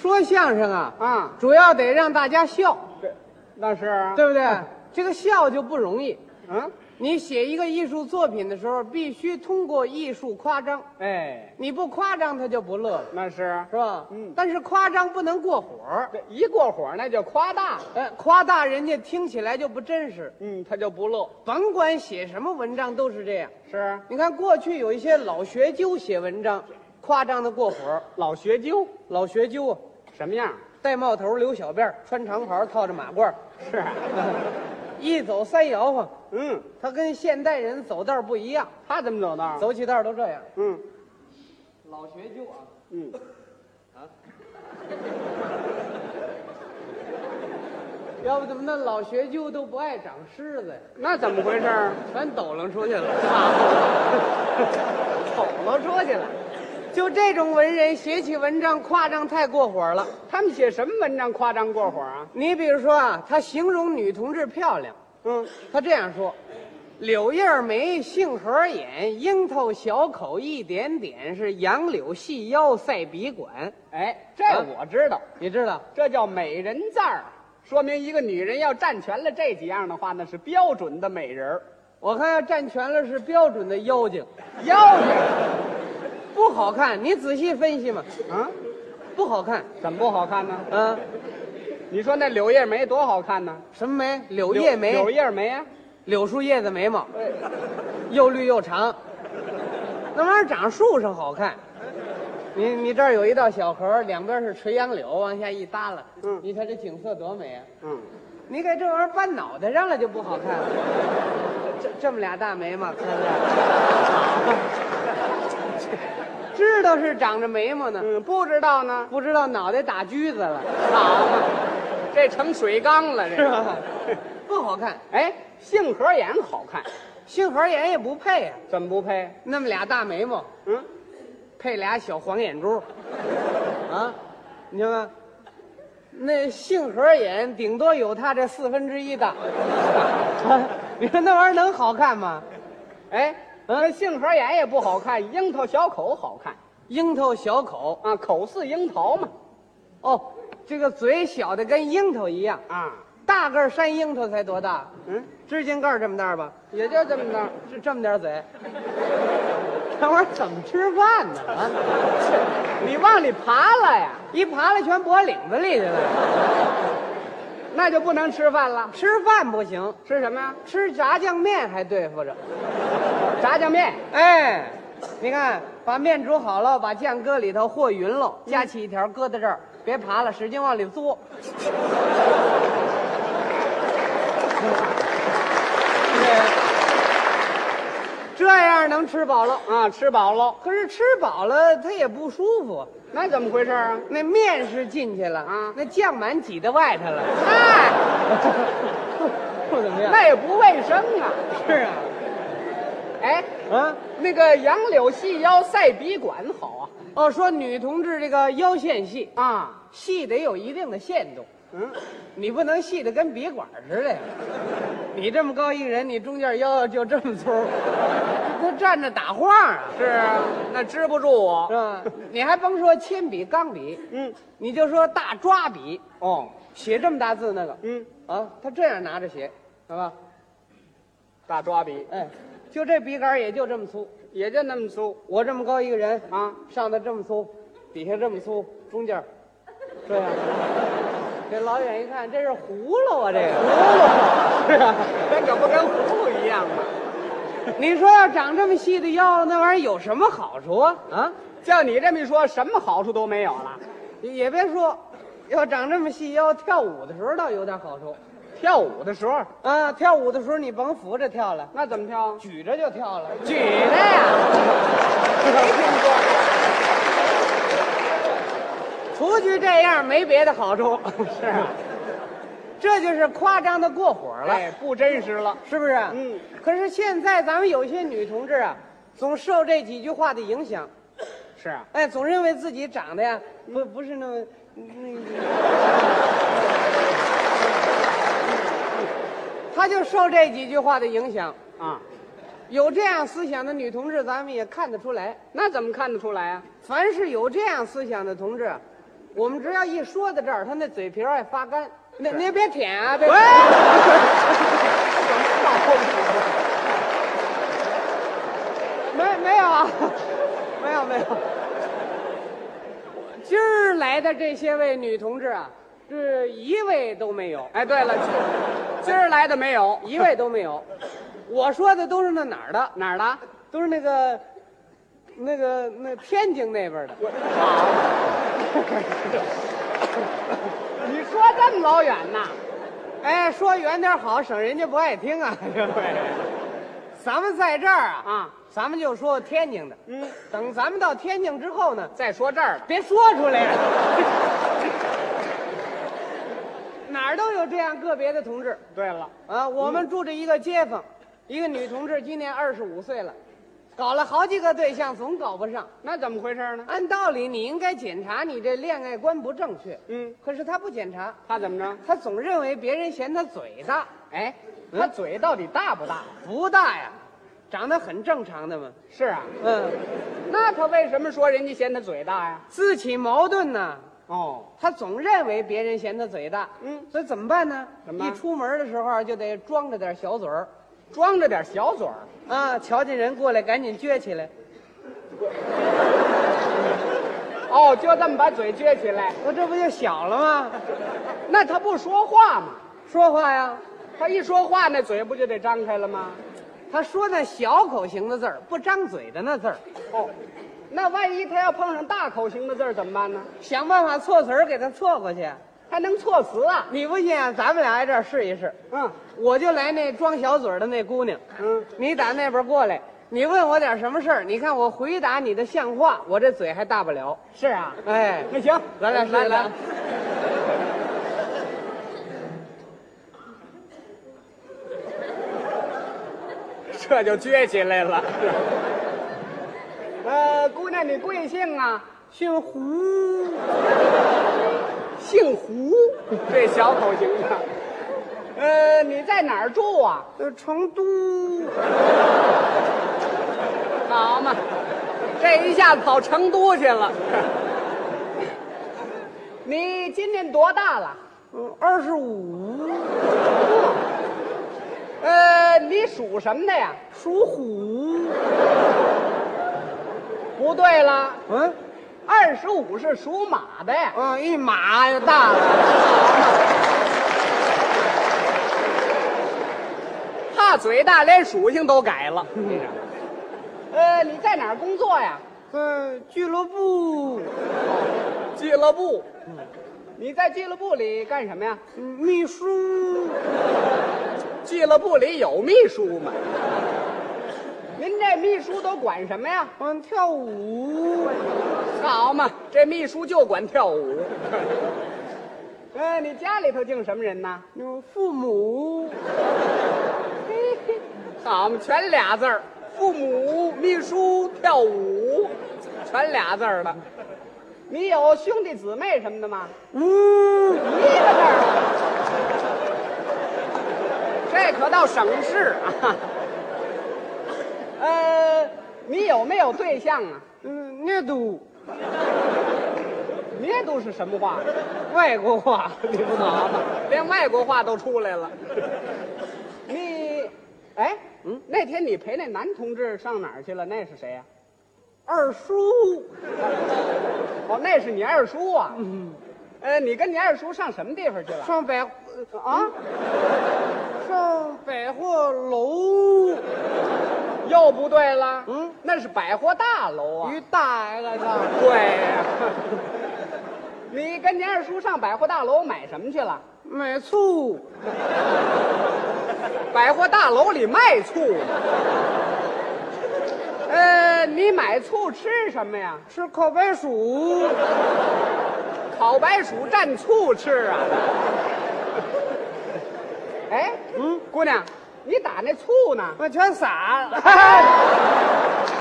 说相声啊，啊，主要得让大家笑，对，那是啊，对不对？这个笑就不容易。嗯，你写一个艺术作品的时候，必须通过艺术夸张，哎，你不夸张他就不乐了，那是是吧？嗯但是夸张不能过火，这一过火那就夸大了，哎，夸大人家听起来就不真实。嗯，他就不乐，甭管写什么文章都是这样。是你看过去有一些老学究写文章，夸张的过火。老学究老学究啊，什么样？戴帽头，留小辫儿，穿长袍，套着马褂儿，是啊，一走三摇晃。嗯，他跟现代人走道不一样，他怎么走道？，走起道都这样。嗯老学究啊，嗯， 要不怎么那老学究都不爱长虱子呀？那怎么回事儿？全抖楞出去了，抖楞出去了。就这种文人写起文章夸张太过火了。他们写什么文章夸张过火啊？你比如说啊，他形容女同志漂亮，嗯，他这样说：“柳叶眉，杏核眼，樱桃小口一点点，是杨柳细腰赛笔管。哎，这啊我知道，”你知道？这叫美人字儿，说明一个女人要占全了这几样的话，那是标准的美人儿。我看要占全了是标准的妖精，妖精不好看。你仔细分析嘛，啊，不好看。怎么不好看呢？啊，你说那柳叶眉多好看呢？什么眉？柳叶眉，柳叶眉啊，柳树叶子眉毛，又绿又长，那玩意儿长树上好看。你你这儿有一道小河，两边是垂杨柳，往下一耷拉，嗯你瞧这景色多美啊！嗯，你给这玩意儿搬脑袋上了就不好看了。这这么俩大眉毛，看着，知道是长着眉毛呢，嗯，不知道呢，不知道脑袋打狙子了，好嘛，这成水缸了，这是个。吧？不好看，哎，杏核眼好看，杏核眼也不配啊，怎么不配？那么俩大眉毛。嗯，配俩小黄眼珠，啊，你看看，那杏核眼顶多有他这四分之一大， 你说那玩意儿能好看吗？哎，那杏核眼也不好看，樱桃小口好看樱桃小口啊，口似樱桃嘛。哦，这个嘴小的跟樱桃一样，啊，大个儿山樱桃才多大，嗯，指甲盖儿这么大吧，也就这么着。是这么点儿嘴，那玩意儿怎么吃饭呢？啊， 你往里爬了呀，一爬了全脖领子里去了，那就不能吃饭了。吃饭不行，吃什么呀？吃炸酱面还对付着。炸酱面。哎，你看，把面煮好了，把酱搁里头和匀了，夹起一条搁在这儿，别爬了，使劲往里嘬。这样能吃饱了，啊，吃饱喽，可是吃饱了它也不舒服，那怎么回事啊？那面是进去了啊那酱满挤到外头了，嗨，不怎么样。那也不卫生啊。是啊，哎，啊，那个杨柳细腰赛笔管好哦，说女同志这个腰线细，啊啊，细得有一定的限度。嗯，你不能细的跟笔管似的呀！你这么高一人，你中间腰就这么粗，他站着打晃啊，是啊，那支不住我是。吧？你还甭说铅笔、钢笔，嗯，你就说大抓笔，哦，写这么大字那个嗯，啊，他这样拿着写，好吧？大抓笔哎，就这笔杆也就这么粗，也就那么粗我这么高一个人，啊，上头这么粗，底下这么粗，中间儿这样。这老远一看，这是葫芦啊！这个，那可不啊跟葫芦一样吗？你说要长这么细的腰，那玩意儿有什么好处啊？啊？叫你这么一说，什么好处都没有了。也也别说，要长这么细腰，跳舞的时候倒有点好处。跳舞的时候，啊，跳舞的时候你甭扶着跳了，那怎么跳？举着就跳了。举着呀，除去这样，没别的好处。是啊，这就是夸张的过火了，哎，不真实了。是不是？嗯。可是现在咱们有些女同志啊，总受这几句话的影响，是啊，哎，总认为自己长得呀，不不是那么嗯那 个。她就受这几句话的影响，啊，有这样思想的女同志，咱们也看得出来。那怎么看得出来啊？凡是有这样思想的同志，我们只要一说到这儿，他那嘴皮儿爱发干。那您别舔啊！别喂，舔 没没有啊，没有没有。今儿来的这些位女同志啊，是一位都没有，哎，对了，今今儿来的没有？一位都没有。我说的都是那哪儿的，哪儿的？都是那个，那个那天津那边的。你说这么老远呐？哎，说远点好，省人家不爱听 啊。咱们在这儿啊，啊，咱们就说天津的。嗯，等咱们到天津之后呢，再说这儿了，别说出来了。哪儿都有这样个别的同志对了，啊。我们住着一个街坊，一个女同志，今年二十五岁了，搞了好几个对象，总搞不上。那怎么回事呢？按道理你应该检查你这恋爱观不正确，嗯，可是她不检查，他怎么着？她总认为别人嫌她嘴大，哎，他嘴到底大不大？不大呀，长得很正常的嘛。是啊，嗯，那他为什么说人家嫌他嘴大呀？自起矛盾呢。哦，他总认为别人嫌他嘴大，嗯，所以怎么办呢？怎么办一出门的时候就得装着点小嘴儿，装着点小嘴儿，啊，瞧见人过来赶紧撅起来。哦，就这么把嘴撅起来，我这不就小了吗？ 那他不说话吗？说话呀，他一说话，那嘴不就得张开了吗？他说那小口型的字儿，不张嘴的那字儿，哦，那万一他要碰上大口型的字儿怎么办呢？想办法措辞儿给他错过去。还能措辞啊？你不信啊？咱们俩挨这儿试一试。嗯我就来那装小嘴儿的那姑娘，嗯，你打那边过来，你问我点什么事儿？你看我回答你的像话，我这嘴还大不了。是啊。哎，那行，咱俩试来试来，这就撅起来了。呃，姑娘，你贵姓啊？姓胡。姓胡，这小口型的。呃，你在哪儿住啊？呃，成 都，好嘛，这一下跑成都去了。你今年多大了？二十五，呃，你属什么的呀？属虎。不对了，嗯，二十五是属马的呀。啊，一马就大了。怕嘴大，连属性都改了。呃，你在哪儿工作呀？嗯，俱乐部，俱乐部。你在俱乐部里干什么呀？嗯秘书，俱乐部里有秘书吗？您这秘书都管什么呀？嗯，跳舞，好嘛，这秘书就管跳舞。呃，你家里头净什么人呢？嗯，父母， 好嘛，全俩字儿，父母、秘书、跳舞，全俩字儿的。你有兄弟姊妹什么的吗？呜，一个字儿啊。这可到省市啊。 呃，你有没有对象啊？嗯，那都你这都是什么话？外国话， 你不好吧？连外国话都出来了。你，哎，嗯，那天你陪那男同志上哪儿去了？那是谁呀、二叔， 哦，那是你二叔啊。嗯。呃，你跟你二叔上什么地方去了？上百啊，上百货楼，又不对了。嗯，那是百货大楼啊。于大爷的，对呀、 你跟你二叔上百货大楼买什么去了？买醋，百货大楼里卖醋呢。呃，你买醋吃什么呀？吃烤白薯，烤白薯蘸醋吃啊？哎，嗯，姑娘，你打那醋呢？ 我全洒了。